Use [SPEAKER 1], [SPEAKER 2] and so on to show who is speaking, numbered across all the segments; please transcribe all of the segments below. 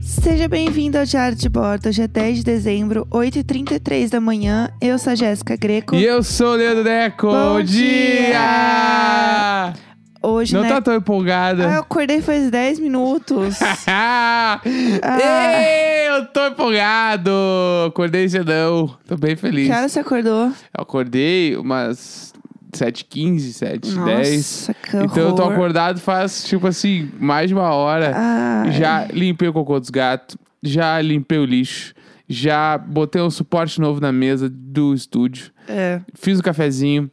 [SPEAKER 1] Seja bem-vindo ao Diário de Bordo. Hoje é 10 de dezembro, 8h33 da manhã. Eu sou a Jéssica Greco.
[SPEAKER 2] E eu sou o Leandro Deco.
[SPEAKER 1] Bom dia! Hoje,
[SPEAKER 2] Não
[SPEAKER 1] né?
[SPEAKER 2] tá tão
[SPEAKER 1] Ah, eu
[SPEAKER 2] empolgada.
[SPEAKER 1] acordei faz 10 minutos. Ah.
[SPEAKER 2] Ê, Eu tô empolgado! Acordei cedão. Tô bem feliz.
[SPEAKER 1] que hora você acordou?
[SPEAKER 2] Eu acordei umas 7h15, 7h10.
[SPEAKER 1] Nossa, que
[SPEAKER 2] Então eu tô
[SPEAKER 1] horror.
[SPEAKER 2] acordado faz, tipo assim, mais de uma hora.
[SPEAKER 1] Ai.
[SPEAKER 2] Já limpei o cocô dos gatos. Já limpei o lixo. Já botei um suporte novo na mesa do estúdio.
[SPEAKER 1] É.
[SPEAKER 2] fiz o cafezinho,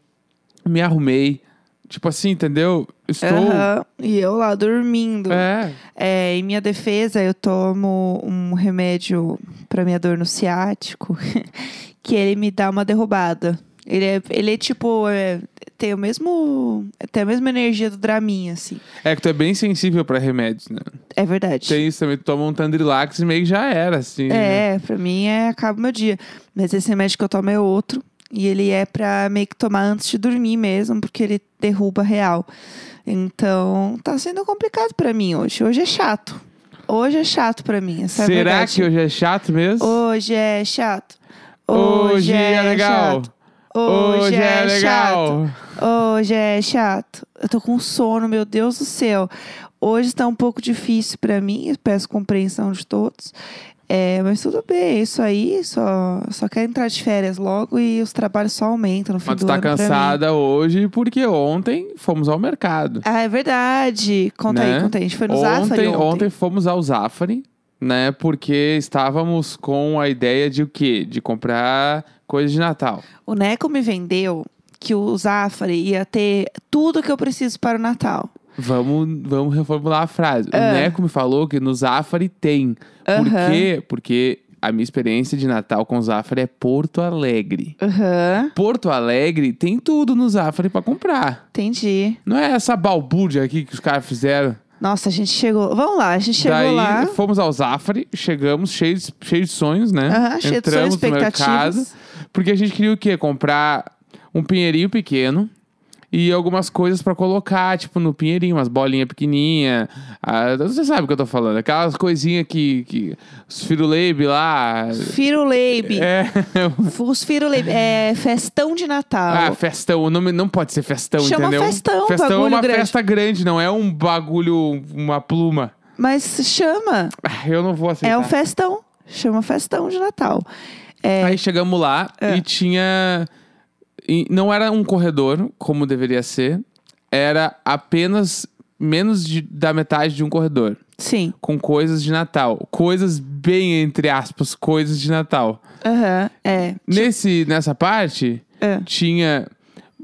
[SPEAKER 2] me arrumei. Tipo assim, entendeu? Estou.
[SPEAKER 1] Aham. E eu lá dormindo.
[SPEAKER 2] É.
[SPEAKER 1] É, em minha defesa, eu tomo um remédio pra minha dor no ciático, que ele me dá uma derrubada. Ele é, ele é tipo, é, tem o mesmo. Tem a mesma energia do Dramin, assim.
[SPEAKER 2] É que tu é bem sensível pra remédios, né?
[SPEAKER 1] É verdade.
[SPEAKER 2] Tem isso também, tu toma um Tandrilax e meio que já era, assim. né?
[SPEAKER 1] É, pra mim é acaba o meu dia. Mas esse remédio que eu tomo é outro. E ele é pra meio que tomar antes de dormir mesmo, porque ele derruba real. Então, tá sendo complicado pra mim hoje. Hoje é chato. Hoje é chato pra mim. Essa é a
[SPEAKER 2] Será
[SPEAKER 1] verdade.
[SPEAKER 2] que hoje é chato mesmo?
[SPEAKER 1] Hoje é chato.
[SPEAKER 2] Hoje é legal.
[SPEAKER 1] chato. Hoje,
[SPEAKER 2] Hoje
[SPEAKER 1] é,
[SPEAKER 2] é legal.
[SPEAKER 1] chato. Hoje é chato. Eu tô com sono, meu Deus do céu. Hoje tá um pouco difícil pra mim, eu peço compreensão de todos. É, mas tudo bem, é isso aí. Só, só quero entrar de férias logo e os trabalhos só aumentam no fim
[SPEAKER 2] Mas tu
[SPEAKER 1] do
[SPEAKER 2] tá
[SPEAKER 1] ano pra mim.
[SPEAKER 2] cansada hoje porque ontem fomos ao mercado.
[SPEAKER 1] Ah, é verdade. Conta
[SPEAKER 2] Né?
[SPEAKER 1] aí, conta aí. A gente foi no
[SPEAKER 2] ontem,
[SPEAKER 1] Zafari ontem.
[SPEAKER 2] ontem fomos ao Zafari, né? Porque estávamos com a ideia de o quê? De comprar coisa de Natal.
[SPEAKER 1] O Neco me vendeu que o Zafari ia ter tudo que eu preciso para o Natal.
[SPEAKER 2] Vamos, vamos reformular a frase. O Neco me falou que no Zafari tem. Por
[SPEAKER 1] Ah. Aham.
[SPEAKER 2] quê? Porque a minha experiência de Natal com o Zafari é Porto Alegre.
[SPEAKER 1] Aham,
[SPEAKER 2] Porto Alegre tem tudo no Zafari pra comprar.
[SPEAKER 1] entendi.
[SPEAKER 2] Não é essa balbúrdia aqui que os caras fizeram.
[SPEAKER 1] Nossa, a gente chegou. Vamos lá, a gente chegou
[SPEAKER 2] Daí
[SPEAKER 1] lá.
[SPEAKER 2] fomos ao Zafari, chegamos cheios, cheios de sonhos, né?
[SPEAKER 1] Aham, cheio de sonhos,
[SPEAKER 2] Entramos no mercado.
[SPEAKER 1] expectativas.
[SPEAKER 2] Porque a gente queria o quê? Comprar um pinheirinho pequeno e algumas coisas pra colocar, tipo, no pinheirinho, umas bolinhas pequenininhas. Ah, você sabe o que eu tô falando. Aquelas coisinhas que, que. Os firuleib lá.
[SPEAKER 1] Firuleib.
[SPEAKER 2] É.
[SPEAKER 1] Os Firuleib. É festão de
[SPEAKER 2] Ah,
[SPEAKER 1] Natal.
[SPEAKER 2] festão. O nome não pode ser festão,
[SPEAKER 1] Chama
[SPEAKER 2] entendeu?
[SPEAKER 1] festão,
[SPEAKER 2] festão é
[SPEAKER 1] bagulho
[SPEAKER 2] uma
[SPEAKER 1] grande.
[SPEAKER 2] festa grande, não é um bagulho, uma pluma.
[SPEAKER 1] Mas chama.
[SPEAKER 2] Ah, Eu não vou aceitar.
[SPEAKER 1] É um festão. Chama festão de Natal. É,
[SPEAKER 2] Aí chegamos lá e tinha. e não era um corredor, como deveria ser. Era apenas menos de- da metade de um corredor.
[SPEAKER 1] sim.
[SPEAKER 2] Com coisas de Natal. Coisas bem, entre aspas, coisas de Natal.
[SPEAKER 1] Aham. É.
[SPEAKER 2] Nesse, nessa parte,
[SPEAKER 1] É.
[SPEAKER 2] tinha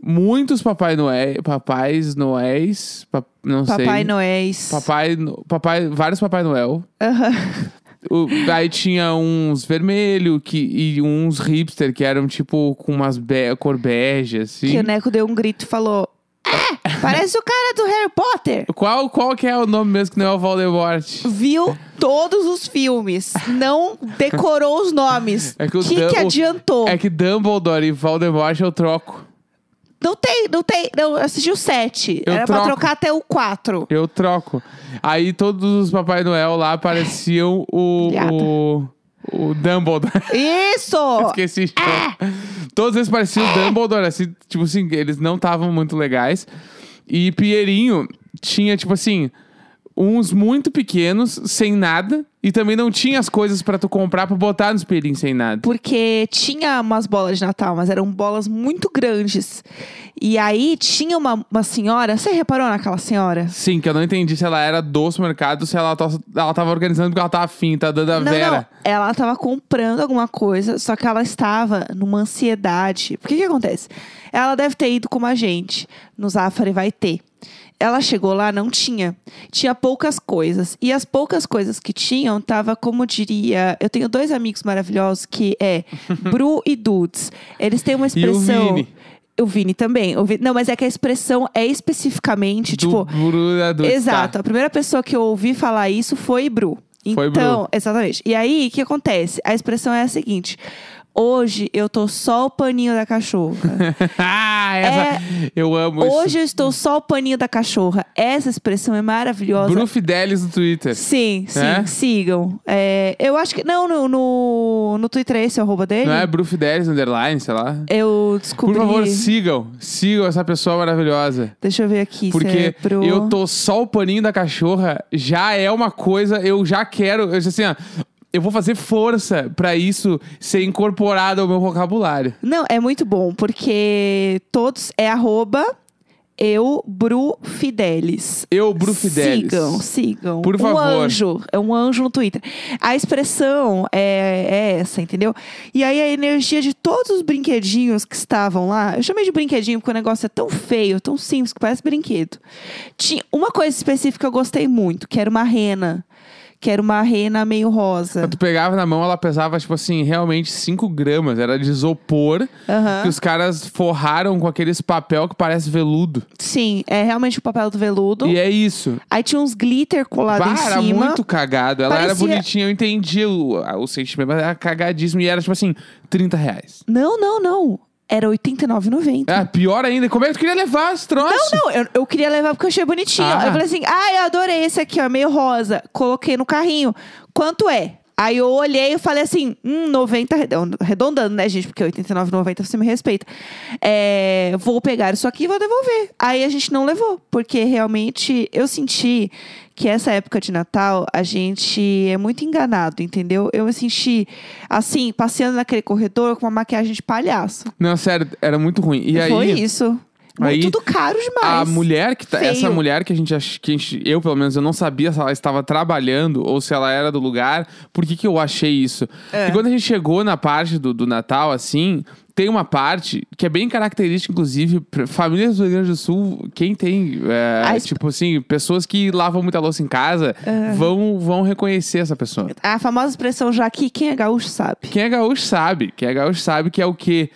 [SPEAKER 2] muitos Papai Noel. Papais Noéis. pa- não
[SPEAKER 1] Papai
[SPEAKER 2] sei.
[SPEAKER 1] Noéis.
[SPEAKER 2] Papai, No- papai, vários Papai Noel.
[SPEAKER 1] Aham.
[SPEAKER 2] O- aí tinha uns vermelho que, e uns hipster que eram tipo com umas be cor bege, assim.
[SPEAKER 1] Que o Neco deu um grito e falou: Ah, parece o cara do Harry Potter.
[SPEAKER 2] Qual, qual que é o nome mesmo que não é o Voldemort?
[SPEAKER 1] Viu todos os filmes, não decorou os nomes.
[SPEAKER 2] É que
[SPEAKER 1] o
[SPEAKER 2] o
[SPEAKER 1] que,
[SPEAKER 2] Dan-
[SPEAKER 1] que
[SPEAKER 2] o-
[SPEAKER 1] adiantou?
[SPEAKER 2] É que Dumbledore e Voldemort eu troco.
[SPEAKER 1] Não tem, não tem. Não, eu assisti o 7.
[SPEAKER 2] Eu
[SPEAKER 1] Era pra
[SPEAKER 2] troco.
[SPEAKER 1] trocar até o 4.
[SPEAKER 2] Eu troco. Aí todos os Papai Noel lá pareciam o.
[SPEAKER 1] Piada.
[SPEAKER 2] o, o Dumbledore.
[SPEAKER 1] Isso!
[SPEAKER 2] Esqueci. de falar.
[SPEAKER 1] é.
[SPEAKER 2] Todos eles pareciam o Dumbledore, assim, tipo assim, eles não estavam muito legais. E Pinheirinho tinha, tipo assim, uns muito pequenos, sem nada. E também não tinha as coisas pra tu comprar pra botar nos Pinheirinhos sem nada.
[SPEAKER 1] Porque tinha umas bolas de Natal, mas eram bolas muito grandes. E aí tinha uma, uma senhora. Você reparou naquela senhora?
[SPEAKER 2] Sim, que eu não entendi se ela era do supermercado, se ela, to- ela tava organizando porque ela tava afim, tá dando a
[SPEAKER 1] Não,
[SPEAKER 2] Vera.
[SPEAKER 1] não. Ela tava comprando alguma coisa, só que ela estava numa ansiedade. Porque que acontece? Ela deve ter ido como a gente. No Zafari vai ter. Ela chegou lá, não tinha. Tinha poucas coisas. E as poucas coisas que tinham, tava como diria. Eu tenho dois amigos maravilhosos que é Bru e Dudes. Eles têm uma expressão.
[SPEAKER 2] Vini.
[SPEAKER 1] O Vini também. O Vini- Não, mas é que a expressão é especificamente, tipo,
[SPEAKER 2] do, Bru- da do,
[SPEAKER 1] Exato.
[SPEAKER 2] tá.
[SPEAKER 1] A primeira pessoa que eu ouvi falar isso foi Bru.
[SPEAKER 2] Foi
[SPEAKER 1] Então, exatamente. E aí, o que acontece? A expressão é a seguinte: Hoje eu tô só o paninho da cachorra.
[SPEAKER 2] ah, essa, eu amo isso.
[SPEAKER 1] É, Hoje eu estou só o paninho da cachorra. Essa expressão é maravilhosa.
[SPEAKER 2] Bruno Fidelis no Twitter.
[SPEAKER 1] Sim, sim,
[SPEAKER 2] É?
[SPEAKER 1] sigam. É, eu acho que. Não, no, no, no Twitter é esse o arroba dele?
[SPEAKER 2] Não é Bruno Fidelis underline, sei lá.
[SPEAKER 1] Eu descobri.
[SPEAKER 2] Por favor, sigam. Sigam essa pessoa maravilhosa.
[SPEAKER 1] Deixa eu ver aqui. se é
[SPEAKER 2] Porque
[SPEAKER 1] pro-
[SPEAKER 2] eu tô só o paninho da cachorra, já é uma coisa, eu já quero. Eu disse assim, ó, eu vou fazer força pra isso ser incorporado ao meu vocabulário.
[SPEAKER 1] Não, é muito bom, porque todos é arroba eu, Bru Fidelis.
[SPEAKER 2] Eu, Bru Fidelis.
[SPEAKER 1] Sigam, sigam.
[SPEAKER 2] Por
[SPEAKER 1] Um
[SPEAKER 2] favor.
[SPEAKER 1] anjo, é um anjo no Twitter. A expressão é, é essa, entendeu? E aí a energia de todos os brinquedinhos que estavam lá, eu chamei de brinquedinho porque o negócio é tão feio, tão simples, que parece brinquedo. Tinha uma coisa específica que eu gostei muito, que era uma rena. Que era uma rena meio rosa.
[SPEAKER 2] Tu pegava na mão, ela pesava, tipo assim, realmente 5 gramas. Era de isopor
[SPEAKER 1] Aham.
[SPEAKER 2] que os caras forraram com aqueles papel que parece veludo.
[SPEAKER 1] Sim, é realmente o papel do veludo.
[SPEAKER 2] E é isso.
[SPEAKER 1] Aí tinha uns glitter colado
[SPEAKER 2] Bah,
[SPEAKER 1] em
[SPEAKER 2] era
[SPEAKER 1] cima.
[SPEAKER 2] muito cagado. Ela era
[SPEAKER 1] Parecia-
[SPEAKER 2] bonitinha, eu entendi o, o sentimento, mas era cagadíssimo. E era, tipo assim, 30 reais.
[SPEAKER 1] Não, não, não. Era R$ 89,90.
[SPEAKER 2] Ah, pior ainda, como é que tu queria levar esse troço?
[SPEAKER 1] Não, não, eu, eu queria levar porque eu achei bonitinho.
[SPEAKER 2] Ah.
[SPEAKER 1] Eu falei assim, ah, eu adorei esse aqui, ó, meio rosa. Coloquei no carrinho. Quanto é? Aí eu olhei e falei assim, hum, 90, arredon- arredondando, né, gente? Porque 89,90 você me respeita. É, vou pegar isso aqui e vou devolver. Aí a gente não levou, porque realmente eu senti que essa época de Natal a gente é muito enganado, entendeu? Eu me senti, assim, passeando naquele corredor com uma maquiagem de palhaço.
[SPEAKER 2] Não, sério, era muito ruim. E aí,
[SPEAKER 1] Foi isso.
[SPEAKER 2] aí,
[SPEAKER 1] Muito caro
[SPEAKER 2] a
[SPEAKER 1] demais.
[SPEAKER 2] mulher que tá.
[SPEAKER 1] feio.
[SPEAKER 2] Essa mulher que a gente ach- que a gente- eu, pelo menos, eu não sabia se ela estava trabalhando ou se ela era do lugar. Por que, que eu achei isso?
[SPEAKER 1] É.
[SPEAKER 2] E quando a gente chegou na parte do, do Natal, assim, tem uma parte que é bem característica, inclusive, pra famílias do Rio Grande do Sul, quem tem. é,
[SPEAKER 1] As-
[SPEAKER 2] Tipo assim, pessoas que lavam muita louça em casa
[SPEAKER 1] É.
[SPEAKER 2] vão, vão reconhecer essa pessoa.
[SPEAKER 1] A famosa expressão já aqui, quem é gaúcho sabe.
[SPEAKER 2] Quem é gaúcho sabe. Quem é gaúcho sabe que é o quê?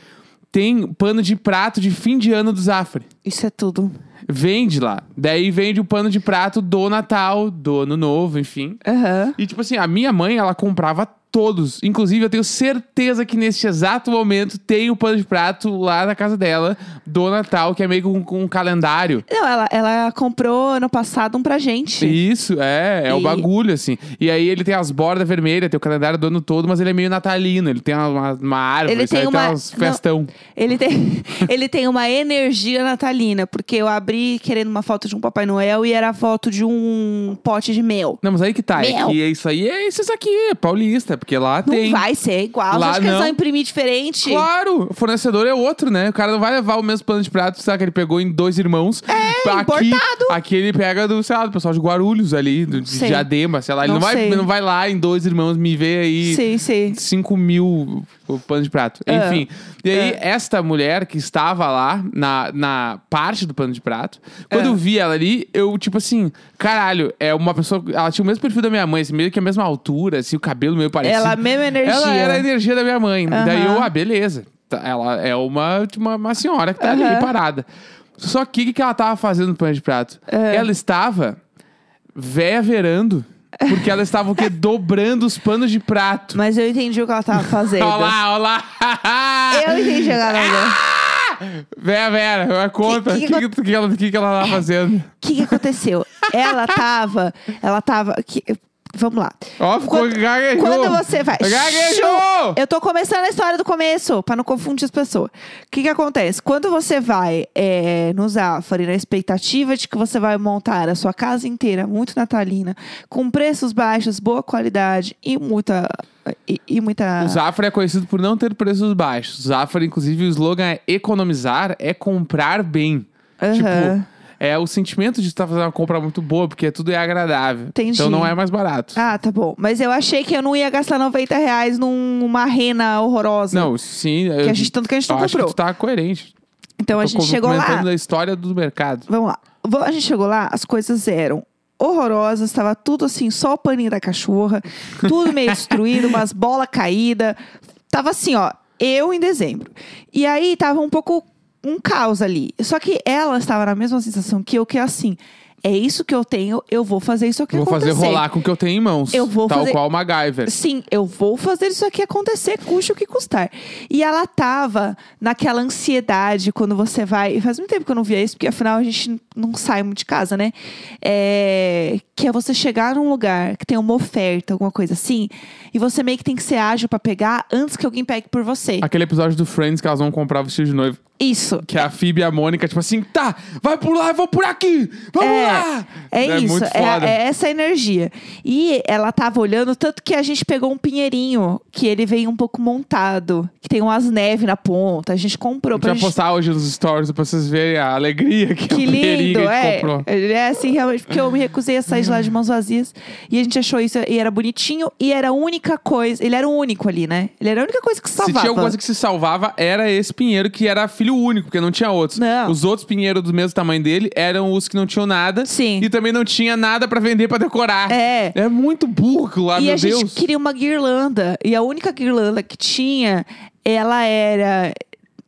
[SPEAKER 2] Tem pano de prato de fim de ano do Zafre.
[SPEAKER 1] Isso é tudo.
[SPEAKER 2] Vende lá. Daí vende o pano de prato do Natal, do Ano Novo, enfim.
[SPEAKER 1] Aham.
[SPEAKER 2] E tipo assim, a minha mãe, ela comprava todos. Inclusive, eu tenho certeza que neste exato momento tem o pano de prato lá na casa dela, do Natal, que é meio que um, com um calendário.
[SPEAKER 1] Não, ela, ela comprou ano passado um pra gente.
[SPEAKER 2] Isso, é, é o
[SPEAKER 1] E-
[SPEAKER 2] bagulho, assim. E aí ele tem as bordas vermelhas, tem o calendário do ano todo, mas ele é meio natalino, ele tem uma, uma, uma árvore,
[SPEAKER 1] Ele
[SPEAKER 2] sabe?
[SPEAKER 1] tem uma-
[SPEAKER 2] uns
[SPEAKER 1] não.
[SPEAKER 2] festão.
[SPEAKER 1] Ele, tem, ele tem uma energia natalina, porque eu abri querendo uma foto de um Papai Noel e era a foto de um pote de mel.
[SPEAKER 2] Não, mas aí que tá. É
[SPEAKER 1] Meu.
[SPEAKER 2] que isso aí é esses aqui, é paulista, porque lá
[SPEAKER 1] Não
[SPEAKER 2] tem.
[SPEAKER 1] vai ser igual.
[SPEAKER 2] Lá
[SPEAKER 1] Acho que eles
[SPEAKER 2] não.
[SPEAKER 1] vão imprimir diferente.
[SPEAKER 2] Claro, o fornecedor é outro, né? O cara não vai levar o mesmo pano de prato, sabe, que ele pegou em dois irmãos. É, aqui,
[SPEAKER 1] importado.
[SPEAKER 2] aqui ele pega do, sei lá, do pessoal de Guarulhos ali, do, de
[SPEAKER 1] Sei.
[SPEAKER 2] Diadema, sei lá. Ele não,
[SPEAKER 1] Não
[SPEAKER 2] vai,
[SPEAKER 1] sei.
[SPEAKER 2] ele não vai lá em dois irmãos me ver aí
[SPEAKER 1] Sim, sim.
[SPEAKER 2] 5 mil panos de prato.
[SPEAKER 1] É.
[SPEAKER 2] Enfim. E aí,
[SPEAKER 1] É.
[SPEAKER 2] esta mulher que estava lá na, na parte do pano de prato,
[SPEAKER 1] Ah.
[SPEAKER 2] quando eu vi ela ali, eu, tipo assim, caralho, é uma pessoa. Ela tinha o mesmo perfil da minha mãe, assim, meio que a mesma altura, assim, o cabelo meio parecido.
[SPEAKER 1] Ela, a mesma energia. né?
[SPEAKER 2] Ela era a energia da minha mãe.
[SPEAKER 1] Aham.
[SPEAKER 2] Daí eu, ah, beleza. Tá, Ela é uma, uma, uma senhora que tá ali
[SPEAKER 1] Aham.
[SPEAKER 2] parada. Só que o que, que ela tava fazendo no pano de prato?
[SPEAKER 1] É.
[SPEAKER 2] Ela estava véia verando. Porque ela estava o quê? Dobrando os panos de prato.
[SPEAKER 1] Mas eu entendi o que ela tava fazendo.
[SPEAKER 2] Olha lá, olha lá.
[SPEAKER 1] Eu entendi a galera.
[SPEAKER 2] Vera, Vera, mas conta. O
[SPEAKER 1] que
[SPEAKER 2] que,
[SPEAKER 1] que
[SPEAKER 2] que, que ela, que, que ela tá fazendo?
[SPEAKER 1] O que, que aconteceu? ela tava. Ela tava. que- vamos lá.
[SPEAKER 2] Ó, ficou
[SPEAKER 1] Quando-
[SPEAKER 2] gaguejou.
[SPEAKER 1] Quando você vai.
[SPEAKER 2] Gaguejou!
[SPEAKER 1] Eu tô começando a história do começo, pra não confundir as pessoas. O que, que acontece? Quando você vai é, no Zafari, na expectativa de que você vai montar a sua casa inteira muito natalina, com preços baixos, boa qualidade e muita. E, e muita.
[SPEAKER 2] O Zafra é conhecido por não ter preços baixos. O Zafra, inclusive, o slogan é economizar é comprar bem.
[SPEAKER 1] Aham.
[SPEAKER 2] Tipo, é o sentimento de estar fazendo uma compra muito boa, porque tudo é agradável.
[SPEAKER 1] Entendi.
[SPEAKER 2] Então não é mais barato.
[SPEAKER 1] Ah, tá bom. Mas eu achei que eu não ia gastar 90 reais numa rena horrorosa.
[SPEAKER 2] Não, sim.
[SPEAKER 1] Que a gente, tanto que a gente não
[SPEAKER 2] eu acho que
[SPEAKER 1] comprou.
[SPEAKER 2] tu tá coerente.
[SPEAKER 1] Então a
[SPEAKER 2] Tô
[SPEAKER 1] gente chegou
[SPEAKER 2] comentando
[SPEAKER 1] lá.
[SPEAKER 2] da história do mercado.
[SPEAKER 1] Vamos lá. Vo- A gente chegou lá, as coisas eram horrorosas, estava tudo assim, só o paninho da cachorra, tudo meio destruído, umas bolas caídas. Tava assim, ó, eu em dezembro. E aí tava um pouco um caos ali. Só que ela estava na mesma sensação que eu, que é assim. É isso que eu tenho, eu vou fazer isso aqui
[SPEAKER 2] Vou fazer
[SPEAKER 1] acontecer.
[SPEAKER 2] rolar com o que eu tenho em mãos.
[SPEAKER 1] Eu vou
[SPEAKER 2] tal
[SPEAKER 1] fazer-
[SPEAKER 2] qual o MacGyver.
[SPEAKER 1] Sim, eu vou fazer isso aqui acontecer, custe o que custar. E ela tava naquela ansiedade quando você vai. E faz muito tempo que eu não via isso, porque afinal a gente não sai muito de casa, né? É, que é você chegar num lugar que tem uma oferta, alguma coisa assim, e você meio que tem que ser ágil pra pegar antes que alguém pegue por você.
[SPEAKER 2] Aquele episódio do Friends que elas vão comprar vestido de noivo.
[SPEAKER 1] Isso.
[SPEAKER 2] Que a Phoebe e a Mônica, tipo assim, tá, vai por lá, eu vou por aqui, vamos lá!
[SPEAKER 1] É, isso,
[SPEAKER 2] muito
[SPEAKER 1] é,
[SPEAKER 2] foda.
[SPEAKER 1] é essa energia. E ela tava olhando, tanto que a gente pegou um pinheirinho, que ele veio um pouco montado, que tem umas neves na ponta, a gente comprou
[SPEAKER 2] A
[SPEAKER 1] pra
[SPEAKER 2] gente vai
[SPEAKER 1] gente...
[SPEAKER 2] postar hoje nos stories pra vocês verem a alegria que,
[SPEAKER 1] Que
[SPEAKER 2] a Pinheirinho
[SPEAKER 1] lindo,
[SPEAKER 2] a gente
[SPEAKER 1] é.
[SPEAKER 2] comprou.
[SPEAKER 1] Ele é assim, realmente, porque eu me recusei a sair de lá de mãos vazias. E a gente achou isso e era bonitinho. E era a única coisa. Ele era o único ali, né? Ele era a única coisa que
[SPEAKER 2] Se
[SPEAKER 1] salvava.
[SPEAKER 2] tinha alguma coisa que se salvava, era esse pinheiro que era filho único, porque não tinha outros.
[SPEAKER 1] Não.
[SPEAKER 2] Os outros pinheiros do mesmo tamanho dele eram os que não tinham nada.
[SPEAKER 1] Sim.
[SPEAKER 2] E também não tinha nada pra vender pra decorar.
[SPEAKER 1] É.
[SPEAKER 2] É muito burro lá,
[SPEAKER 1] e
[SPEAKER 2] meu
[SPEAKER 1] a gente
[SPEAKER 2] Deus.
[SPEAKER 1] queria uma guirlanda. E a única guirlanda que tinha, ela era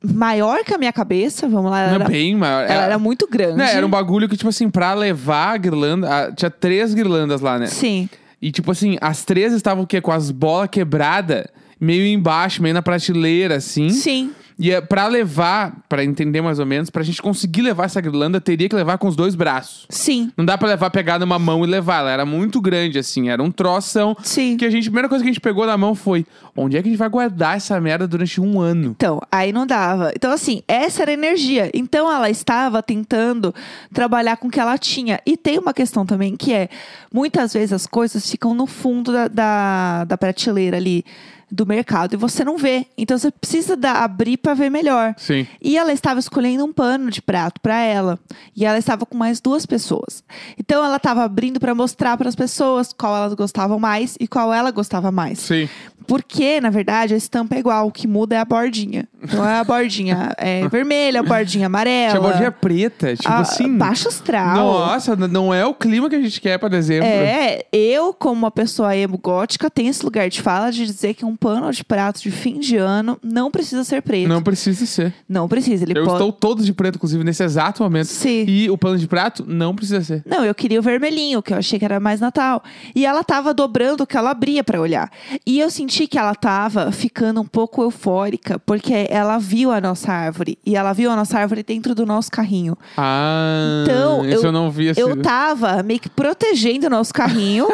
[SPEAKER 1] maior que a minha cabeça. Vamos lá, ela,
[SPEAKER 2] Não é
[SPEAKER 1] era,
[SPEAKER 2] bem maior.
[SPEAKER 1] ela era muito grande.
[SPEAKER 2] Né, era um bagulho que, tipo assim, pra levar a guirlanda. ah, tinha três guirlandas lá, né?
[SPEAKER 1] Sim.
[SPEAKER 2] E, tipo assim, as três estavam o quê? Com as bolas quebradas, meio embaixo, meio na prateleira, assim.
[SPEAKER 1] Sim.
[SPEAKER 2] E é, pra levar, pra entender mais ou menos, pra gente conseguir levar essa guirlanda, teria que levar com os dois braços.
[SPEAKER 1] Sim.
[SPEAKER 2] Não dá pra levar, pegar numa mão e levar. Ela era muito grande, assim. Era um troção.
[SPEAKER 1] Sim.
[SPEAKER 2] Que a gente, a primeira coisa que a gente pegou na mão foi: onde é que a gente vai guardar essa merda durante um ano?
[SPEAKER 1] Então, aí não dava. Então, assim, essa era a energia. Então, ela estava tentando trabalhar com o que ela tinha. E tem uma questão também que é: muitas vezes as coisas ficam no fundo da, da, da prateleira ali do mercado e você não vê. Então, você precisa da, abrir para ver melhor.
[SPEAKER 2] Sim.
[SPEAKER 1] E ela estava escolhendo um pano de prato para ela. E ela estava com mais duas pessoas. Então ela estava abrindo para mostrar para as pessoas qual elas gostavam mais e qual ela gostava mais.
[SPEAKER 2] Sim.
[SPEAKER 1] Porque, na verdade, a estampa é igual. O que muda é a bordinha. Então é a bordinha é vermelha, a bordinha amarela.
[SPEAKER 2] Tinha bordinha preta, tipo
[SPEAKER 1] a-
[SPEAKER 2] assim.
[SPEAKER 1] Baixo astral.
[SPEAKER 2] Nossa, n- não é o clima que a gente quer pra dezembro.
[SPEAKER 1] É, eu, como uma pessoa emo gótica, tenho esse lugar de fala de dizer que um pano de prato de fim de ano não precisa ser preto.
[SPEAKER 2] Não precisa ser.
[SPEAKER 1] Não precisa. Ele
[SPEAKER 2] Eu
[SPEAKER 1] pode.
[SPEAKER 2] estou todo de preto, inclusive, nesse exato momento.
[SPEAKER 1] Sim.
[SPEAKER 2] E o pano de prato não precisa ser.
[SPEAKER 1] Não, eu queria o vermelhinho, que eu achei que era mais Natal. E ela tava dobrando o que ela abria pra olhar. E eu senti que ela tava ficando um pouco eufórica, porque ela viu a nossa árvore. E ela viu a nossa árvore dentro do nosso carrinho.
[SPEAKER 2] Ah,
[SPEAKER 1] Então,
[SPEAKER 2] isso eu,
[SPEAKER 1] eu-
[SPEAKER 2] não vi assim.
[SPEAKER 1] Eu tava meio que protegendo o nosso carrinho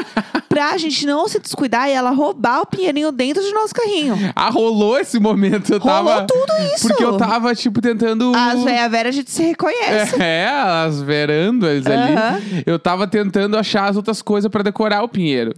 [SPEAKER 1] pra gente não se descuidar e ela roubar o pinheirinho dentro do nosso carrinho.
[SPEAKER 2] Ah, rolou esse momento. Eu
[SPEAKER 1] Rolou
[SPEAKER 2] tava...
[SPEAKER 1] tudo isso.
[SPEAKER 2] Porque eu tava, tipo, tentando.
[SPEAKER 1] As véia Vera a gente se reconhece.
[SPEAKER 2] É, as verandas
[SPEAKER 1] Aham.
[SPEAKER 2] ali. Eu tava tentando achar as outras coisas pra decorar o pinheiro.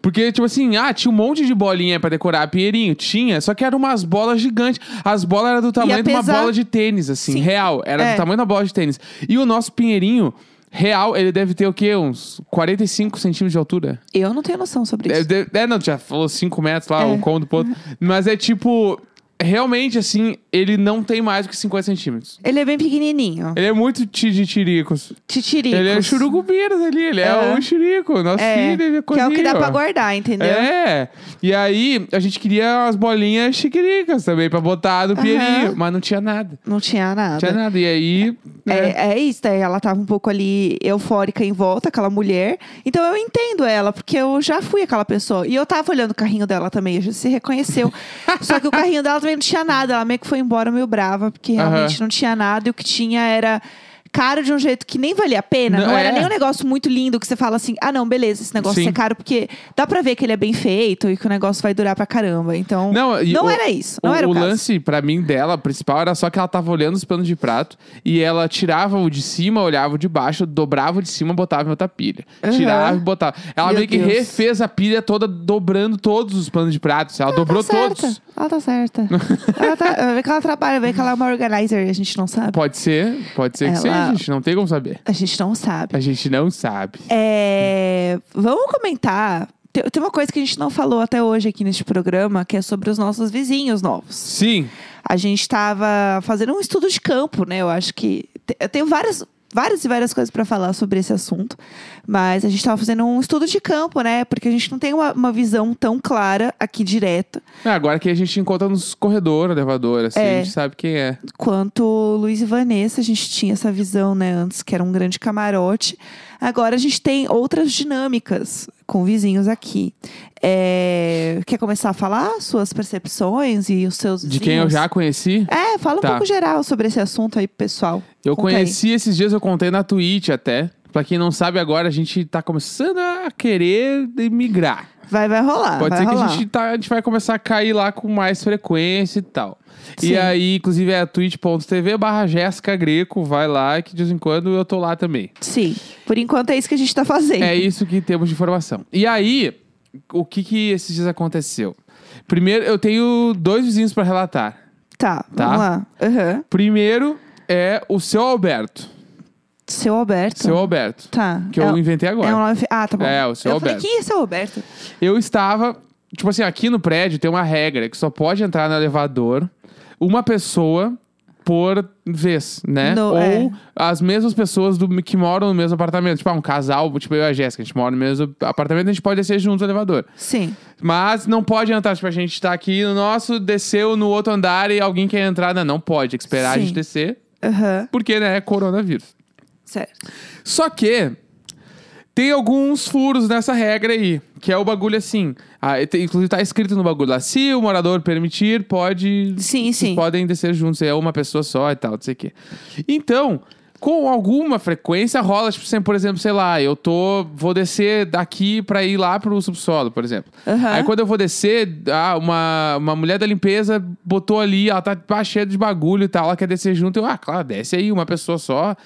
[SPEAKER 2] Porque, tipo assim, ah, tinha um monte de bolinha pra decorar pinheirinho. Tinha, só que eram umas bolas gigantes. As bolas eram do tamanho de uma
[SPEAKER 1] pesar-
[SPEAKER 2] bola de tênis, assim,
[SPEAKER 1] Sim.
[SPEAKER 2] real. Era
[SPEAKER 1] É.
[SPEAKER 2] do tamanho da bola de tênis. E o nosso pinheirinho, real, ele deve ter o quê? Uns 45 centímetros de altura?
[SPEAKER 1] Eu não tenho noção sobre
[SPEAKER 2] É,
[SPEAKER 1] isso.
[SPEAKER 2] de- é, não, já falou 5 metros lá,
[SPEAKER 1] É.
[SPEAKER 2] um cômodo pro outro. Mas é tipo, realmente, assim, ele não tem mais do que 50 centímetros.
[SPEAKER 1] Ele é bem pequenininho.
[SPEAKER 2] Ele é muito ti- de tiricos.
[SPEAKER 1] Titiricos.
[SPEAKER 2] Ele é churugubeiras ali, ele é,
[SPEAKER 1] É.
[SPEAKER 2] um chirico, nosso
[SPEAKER 1] É,
[SPEAKER 2] filho, ele é
[SPEAKER 1] que é o que dá
[SPEAKER 2] cozinho.
[SPEAKER 1] pra guardar, entendeu?
[SPEAKER 2] É, e aí a gente queria umas bolinhas chiquiricas também pra botar no pinheirinho, mas não tinha nada.
[SPEAKER 1] Não tinha nada.
[SPEAKER 2] Não tinha nada, e aí... né?
[SPEAKER 1] É, é isso, daí ela tava um pouco ali eufórica em volta, aquela mulher. Então eu entendo ela, porque eu já fui aquela pessoa. E eu tava olhando o carrinho dela também, a gente se reconheceu. Só que o carrinho dela também não tinha nada. Ela meio que foi embora meio brava, porque
[SPEAKER 2] Aham.
[SPEAKER 1] realmente não tinha nada. E o que tinha era caro de um jeito que nem valia a pena. Não,
[SPEAKER 2] Não,
[SPEAKER 1] era
[SPEAKER 2] é.
[SPEAKER 1] nem um negócio muito lindo que você fala assim: ah, não, beleza, esse negócio
[SPEAKER 2] Sim.
[SPEAKER 1] é caro, porque dá pra ver que ele é bem feito e que o negócio vai durar pra caramba. Então, não,
[SPEAKER 2] Não, e o-
[SPEAKER 1] era isso. Não
[SPEAKER 2] o,
[SPEAKER 1] era o,
[SPEAKER 2] o
[SPEAKER 1] caso.
[SPEAKER 2] lance, pra mim, dela, principal, era só que ela tava olhando os panos de prato e ela tirava o de cima, olhava o de baixo, dobrava o de cima, botava em outra pilha.
[SPEAKER 1] Aham.
[SPEAKER 2] Tirava e botava. Ela
[SPEAKER 1] Meu
[SPEAKER 2] meio que
[SPEAKER 1] Deus.
[SPEAKER 2] refez a pilha toda, dobrando todos os panos de prato. assim. Ela dobrou
[SPEAKER 1] tá certa.
[SPEAKER 2] todos.
[SPEAKER 1] Ela tá certa. ela tá, vê que ela trabalha, vê que ela é uma organizer, a gente não sabe.
[SPEAKER 2] Pode ser, pode ser que
[SPEAKER 1] Ela-
[SPEAKER 2] seja, a gente não tem como saber.
[SPEAKER 1] A gente não sabe.
[SPEAKER 2] A gente não sabe.
[SPEAKER 1] É, vamos comentar. Tem, tem uma coisa que a gente não falou até hoje aqui neste programa, que é sobre os nossos vizinhos novos.
[SPEAKER 2] Sim,
[SPEAKER 1] A gente tava fazendo um estudo de campo, né? Eu acho que. te- Eu tenho várias várias e várias coisas para falar sobre esse assunto, mas a gente tava fazendo um estudo de campo, né? Porque a gente não tem uma, uma visão tão clara aqui direta
[SPEAKER 2] É, agora que a gente encontra nos corredores, elevador, assim,
[SPEAKER 1] É.
[SPEAKER 2] a gente sabe quem é.
[SPEAKER 1] quanto Luiz e Vanessa, a gente tinha essa visão, né, antes que era um grande camarote. Agora a gente tem outras dinâmicas com vizinhos aqui. É, Quer começar a falar suas percepções e os seus
[SPEAKER 2] De quem eu
[SPEAKER 1] vizinhos?
[SPEAKER 2] já conheci.
[SPEAKER 1] É, fala um
[SPEAKER 2] Tá.
[SPEAKER 1] pouco geral sobre esse assunto aí, pro pessoal.
[SPEAKER 2] Eu
[SPEAKER 1] Conta aí.
[SPEAKER 2] conheci esses dias, eu contei na Twitch até. Pra quem não sabe agora, a gente tá começando a querer migrar.
[SPEAKER 1] Vai, vai rolar.
[SPEAKER 2] Pode
[SPEAKER 1] Ah, vai
[SPEAKER 2] ser
[SPEAKER 1] rolar.
[SPEAKER 2] que a gente, tá- a gente vai começar a cair lá com mais frequência e tal.
[SPEAKER 1] Sim.
[SPEAKER 2] E aí, inclusive, é twitch.tv barra Jéssica Greco, vai lá, que de vez em quando eu tô lá também.
[SPEAKER 1] Sim. Por enquanto é isso que a gente tá fazendo.
[SPEAKER 2] É isso que temos de informação. E aí, o que que esses dias aconteceu? Primeiro, eu tenho dois vizinhos pra relatar.
[SPEAKER 1] Tá,
[SPEAKER 2] Tá.
[SPEAKER 1] vamos lá. Aham.
[SPEAKER 2] Primeiro é o seu Alberto.
[SPEAKER 1] Seu Alberto.
[SPEAKER 2] Seu Alberto.
[SPEAKER 1] Tá.
[SPEAKER 2] Que
[SPEAKER 1] é,
[SPEAKER 2] eu inventei agora.
[SPEAKER 1] é um nome... Ah, tá bom.
[SPEAKER 2] É, o seu
[SPEAKER 1] eu
[SPEAKER 2] Alberto.
[SPEAKER 1] Falei, quem é seu Alberto?
[SPEAKER 2] Eu estava. Tipo assim, aqui no prédio tem uma regra que só pode entrar no elevador uma pessoa por vez, né?
[SPEAKER 1] No-
[SPEAKER 2] Ou
[SPEAKER 1] é.
[SPEAKER 2] as mesmas pessoas do, que moram no mesmo apartamento. Tipo, ah, um casal, tipo eu e a Jéssica, a gente mora no mesmo apartamento, a gente pode descer juntos no elevador.
[SPEAKER 1] Sim.
[SPEAKER 2] Mas não pode entrar, tipo, a gente tá aqui no nosso, desceu no outro andar e alguém quer entrar, né? não, não pode, tem que esperar a
[SPEAKER 1] Sim.
[SPEAKER 2] gente descer,
[SPEAKER 1] Aham.
[SPEAKER 2] porque, né, é coronavírus.
[SPEAKER 1] Certo.
[SPEAKER 2] Só que tem alguns furos nessa regra aí, que é o bagulho assim. ah, e tem- inclusive tá escrito no bagulho lá, se o morador permitir, pode.
[SPEAKER 1] Sim, sim.
[SPEAKER 2] Vocês podem descer juntos, é uma pessoa só e tal, não sei o quê. Então, com alguma frequência rola, tipo, sempre, por exemplo, sei lá, eu tô. Vou descer daqui pra ir lá pro subsolo, por exemplo.
[SPEAKER 1] Aham.
[SPEAKER 2] Aí quando eu vou descer, ah, uma, uma mulher da limpeza botou ali, ela tá pá, cheia de bagulho e tal, ela quer descer junto. Eu, ah, claro, desce aí, uma pessoa só.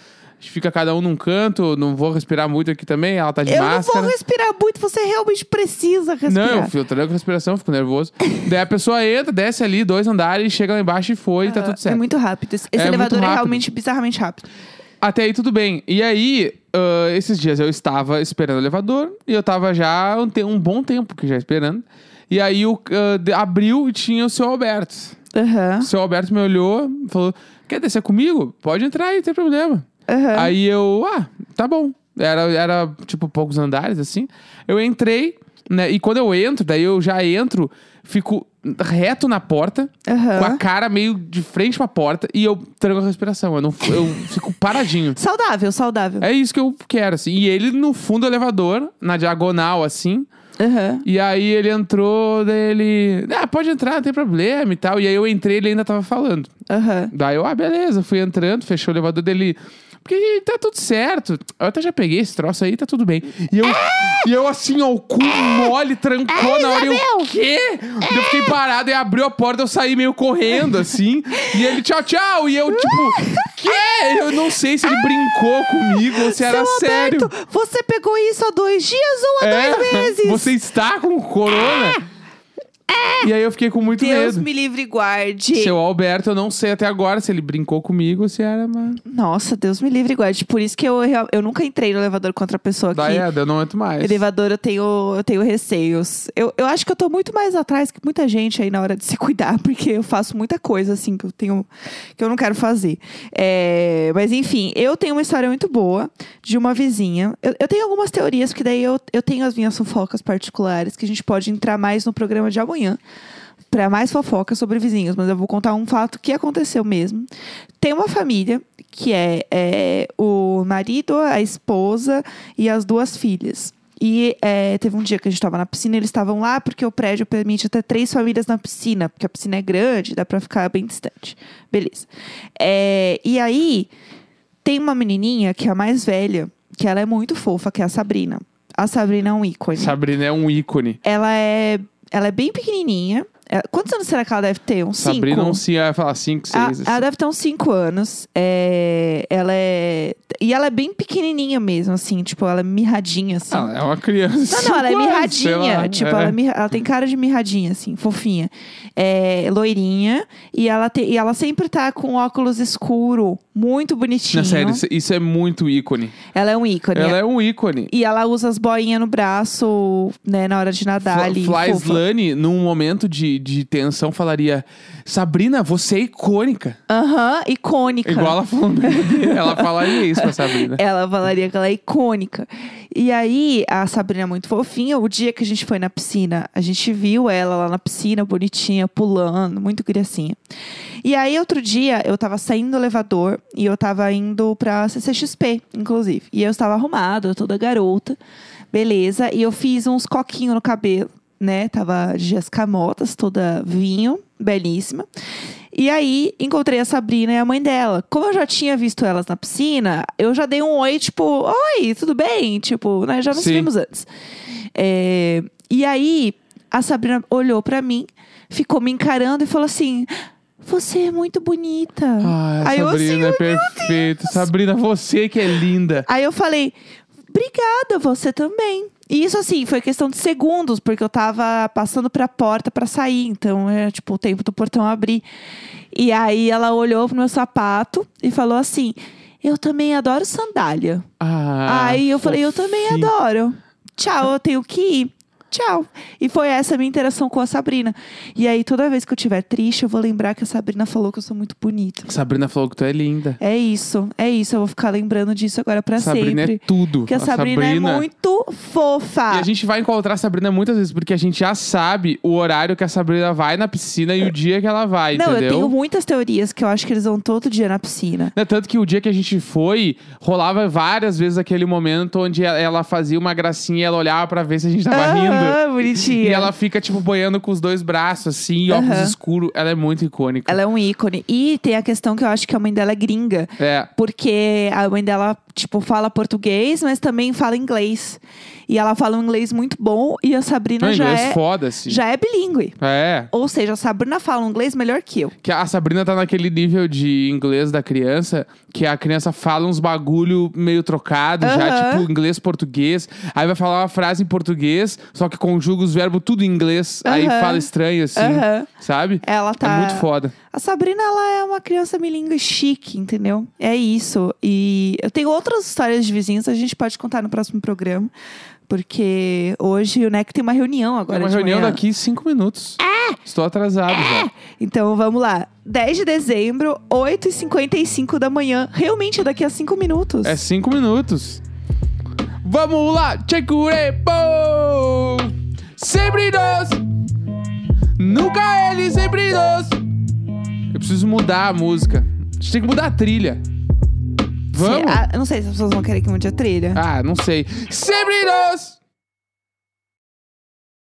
[SPEAKER 2] A gente Fica cada um num canto, não vou respirar muito aqui também, ela tá de
[SPEAKER 1] Eu
[SPEAKER 2] máscara.
[SPEAKER 1] não vou respirar muito, você realmente precisa respirar.
[SPEAKER 2] Não, eu filtrando com respiração, fico nervoso. Daí a pessoa entra, desce ali, dois andares, chega lá embaixo e foi, e tá tudo certo.
[SPEAKER 1] É muito rápido. Esse
[SPEAKER 2] É
[SPEAKER 1] esse
[SPEAKER 2] muito
[SPEAKER 1] elevador é
[SPEAKER 2] rápido.
[SPEAKER 1] realmente bizarramente rápido.
[SPEAKER 2] Até aí tudo bem. E aí, ah, esses dias eu estava esperando o elevador e eu estava já um, te- um bom tempo que já esperando. E aí o, ah, de- abriu e tinha o seu Alberto.
[SPEAKER 1] Aham.
[SPEAKER 2] O seu Alberto me olhou, falou: Quer descer comigo? Pode entrar aí, não tem problema.
[SPEAKER 1] Aham.
[SPEAKER 2] Aí eu, ah, tá bom. Era, era, tipo, poucos andares, assim. Eu entrei, né? E quando eu entro, daí eu já entro, fico reto na porta,
[SPEAKER 1] Aham.
[SPEAKER 2] com a cara meio de frente pra porta, e eu tranco a respiração. Eu, não, eu fico paradinho.
[SPEAKER 1] Saudável, saudável.
[SPEAKER 2] É isso que eu quero, assim. E ele no fundo do elevador, na diagonal, assim.
[SPEAKER 1] Aham.
[SPEAKER 2] E aí ele entrou, daí ele. Ah, pode entrar, não tem problema e tal. E aí eu entrei ele ainda tava falando.
[SPEAKER 1] Aham.
[SPEAKER 2] Daí eu, ah, beleza, fui entrando, fechou o elevador dele. Porque tá tudo certo. Eu até já peguei esse troço aí, tá tudo bem. E eu, e eu assim, ó, o cu
[SPEAKER 1] É!
[SPEAKER 2] mole, trancou na hora. e Eu, quê? Eu
[SPEAKER 1] É!
[SPEAKER 2] fiquei parado e abriu a porta, eu saí meio correndo, assim. e ele, tchau, tchau. E eu, tipo, quê? Eu não sei se ele brincou comigo ou se era
[SPEAKER 1] Seu
[SPEAKER 2] sério. É,
[SPEAKER 1] Alberto, você pegou isso há dois dias ou há dois meses?
[SPEAKER 2] Você está com corona? E aí eu fiquei com muito
[SPEAKER 1] É! Deus
[SPEAKER 2] medo.
[SPEAKER 1] me livre e guarde.
[SPEAKER 2] Seu Alberto, eu não sei até agora se ele brincou comigo ou se era, mas.
[SPEAKER 1] Nossa, Deus me livre e guarde. Por isso que eu, real- eu nunca entrei no elevador contra a pessoa
[SPEAKER 2] Daí
[SPEAKER 1] que
[SPEAKER 2] é, daí eu não entro mais.
[SPEAKER 1] Elevador, eu tenho, eu tenho receios. Eu, eu acho que eu tô muito mais atrás que muita gente aí na hora de se cuidar, porque eu faço muita coisa, assim, que eu tenho. que eu não quero fazer. É, mas, enfim, eu tenho uma história muito boa de uma vizinha. Eu, eu tenho algumas teorias, porque daí eu, eu tenho as minhas fofocas particulares, que a gente pode entrar mais no programa de amanhã. Pra mais fofoca sobre vizinhos, mas eu vou contar um fato que aconteceu mesmo. Tem uma família que é, é, o marido, a esposa e as duas filhas. E é, teve um dia que a gente estava na piscina, eles estavam lá porque o prédio permite até três famílias na piscina, porque a piscina é grande, dá pra ficar bem distante. Beleza. É, e aí, tem uma menininha que é a mais velha, que ela é muito fofa, que é a Sabrina. A Sabrina é um ícone.
[SPEAKER 2] Sabrina é um ícone.
[SPEAKER 1] Ela é, ela é bem pequenininha. Ela- Quantos anos será que ela deve ter? Uns
[SPEAKER 2] Sabrina
[SPEAKER 1] cinco?
[SPEAKER 2] não se ia falar assim. 5, 6.
[SPEAKER 1] Ela, ela deve ter uns 5 anos. É, ela é. E ela é bem pequenininha mesmo, assim. Tipo, ela é mirradinha, assim.
[SPEAKER 2] é uma criança.
[SPEAKER 1] Não, não, ela é
[SPEAKER 2] Cinco anos, sei
[SPEAKER 1] mirradinha.
[SPEAKER 2] lá.
[SPEAKER 1] Tipo,
[SPEAKER 2] É.
[SPEAKER 1] ela, é mirra- ela tem cara de mirradinha, assim, fofinha. É, loirinha. E ela, te- e ela sempre tá com óculos escuro, muito bonitinho.
[SPEAKER 2] Na série, isso- isso é muito ícone.
[SPEAKER 1] Ela é um ícone.
[SPEAKER 2] Ela é um ícone.
[SPEAKER 1] E ela usa as boinhas no braço, né, na hora de nadar ali.
[SPEAKER 2] Fly
[SPEAKER 1] fofa.
[SPEAKER 2] Slane, num momento de, de tensão, falaria: Sabrina, você é icônica.
[SPEAKER 1] Aham, icônica.
[SPEAKER 2] Igual ela falando. ela falaria isso, pra Sabrina.
[SPEAKER 1] Ela falaria que ela é icônica. E aí, a Sabrina é muito fofinha. O dia que a gente foi na piscina, a gente viu ela lá na piscina, bonitinha, pulando, muito criancinha. E aí, outro dia, eu tava saindo do elevador e eu tava indo pra CCXP, inclusive. E eu estava arrumada, toda garota, beleza. E eu fiz uns coquinhos no cabelo, né? Tava de Jéssica Motas, toda vinho, belíssima. E aí, encontrei a Sabrina e a mãe dela. Como eu já tinha visto elas na piscina, eu já dei um oi, tipo, oi, tudo bem? Tipo, né? Já nos
[SPEAKER 2] Sim.
[SPEAKER 1] vimos antes. É, E aí, a Sabrina olhou pra mim, ficou me encarando e falou assim: Você é muito bonita.
[SPEAKER 2] Ai,
[SPEAKER 1] aí eu assim,
[SPEAKER 2] Sabrina é
[SPEAKER 1] eu-
[SPEAKER 2] perfeita. Sabrina, você que é linda.
[SPEAKER 1] Aí eu falei, obrigada, você também. E isso, assim, foi questão de segundos, porque eu tava passando pra porta pra sair. Então, é tipo o tempo do portão abrir. E aí ela olhou pro meu sapato e falou assim: Eu também adoro sandália.
[SPEAKER 2] Ah,
[SPEAKER 1] aí eu falei, eu também
[SPEAKER 2] fofinho.
[SPEAKER 1] adoro. Tchau, eu tenho que ir. Tchau. E foi essa a minha interação com a Sabrina. E aí, toda vez que eu tiver triste, eu vou lembrar que a Sabrina falou que eu sou muito bonita.
[SPEAKER 2] Sabrina falou que tu é linda.
[SPEAKER 1] É isso, é isso. Eu vou ficar lembrando disso agora pra
[SPEAKER 2] Sabrina
[SPEAKER 1] sempre.
[SPEAKER 2] é tudo.
[SPEAKER 1] Porque a Sabrina, é muito Ah. fofa.
[SPEAKER 2] E a gente vai encontrar a Sabrina muitas vezes, porque a gente já sabe o horário que a Sabrina vai na piscina e o dia que ela vai,
[SPEAKER 1] Não,
[SPEAKER 2] entendeu?
[SPEAKER 1] eu tenho muitas teorias que eu acho que eles vão todo dia na piscina.
[SPEAKER 2] Né, Tanto que o dia que a gente foi, rolava várias vezes aquele momento onde ela- ela fazia uma gracinha e ela olhava pra ver se a gente tava
[SPEAKER 1] Aham,
[SPEAKER 2] rindo.
[SPEAKER 1] Ah, bonitinha.
[SPEAKER 2] E ela fica, tipo, boiando com os dois braços, assim, óculos
[SPEAKER 1] Aham.
[SPEAKER 2] escuro. Ela é muito icônica.
[SPEAKER 1] Ela é um ícone. E tem a questão que eu acho que a mãe dela é gringa.
[SPEAKER 2] É.
[SPEAKER 1] Porque a mãe dela, tipo, fala português, mas também fala inglês. E ela fala um inglês muito bom e a Sabrina
[SPEAKER 2] Não,
[SPEAKER 1] já,
[SPEAKER 2] Ah, inglês
[SPEAKER 1] é,
[SPEAKER 2] foda, assim.
[SPEAKER 1] já é bilíngue.
[SPEAKER 2] É.
[SPEAKER 1] Ou seja, a Sabrina fala um inglês melhor que eu.
[SPEAKER 2] Que a Sabrina tá naquele nível de inglês da criança, que a criança fala uns bagulho meio trocado já,
[SPEAKER 1] Aham.
[SPEAKER 2] tipo inglês, português. Aí vai falar uma frase em português, só que conjuga os verbos tudo em inglês. Aí
[SPEAKER 1] Aham.
[SPEAKER 2] fala estranho, assim,
[SPEAKER 1] Aham.
[SPEAKER 2] sabe?
[SPEAKER 1] Ela tá.
[SPEAKER 2] É muito foda.
[SPEAKER 1] A Sabrina, ela é uma criança bilíngue chique, entendeu? É isso. E eu tenho outras histórias de vizinhos, a gente pode contar no próximo programa. Porque hoje o NEC tem uma reunião agora.
[SPEAKER 2] Tem É uma
[SPEAKER 1] de
[SPEAKER 2] reunião
[SPEAKER 1] manhã.
[SPEAKER 2] daqui cinco minutos.
[SPEAKER 1] É.
[SPEAKER 2] Estou atrasado já.
[SPEAKER 1] Então vamos lá. 10 de dezembro, 8h55 da manhã. Realmente é daqui a 5 minutos.
[SPEAKER 2] É cinco minutos. Vamos lá, Checurepo! Sempre nós! Nunca ele, sempre nós! Eu preciso mudar a música. A gente tem que mudar a trilha.
[SPEAKER 1] Se-
[SPEAKER 2] Vamos?
[SPEAKER 1] ah, eu não sei se as pessoas vão querer que mude a trilha.
[SPEAKER 2] Ah, não sei. Sempre nós!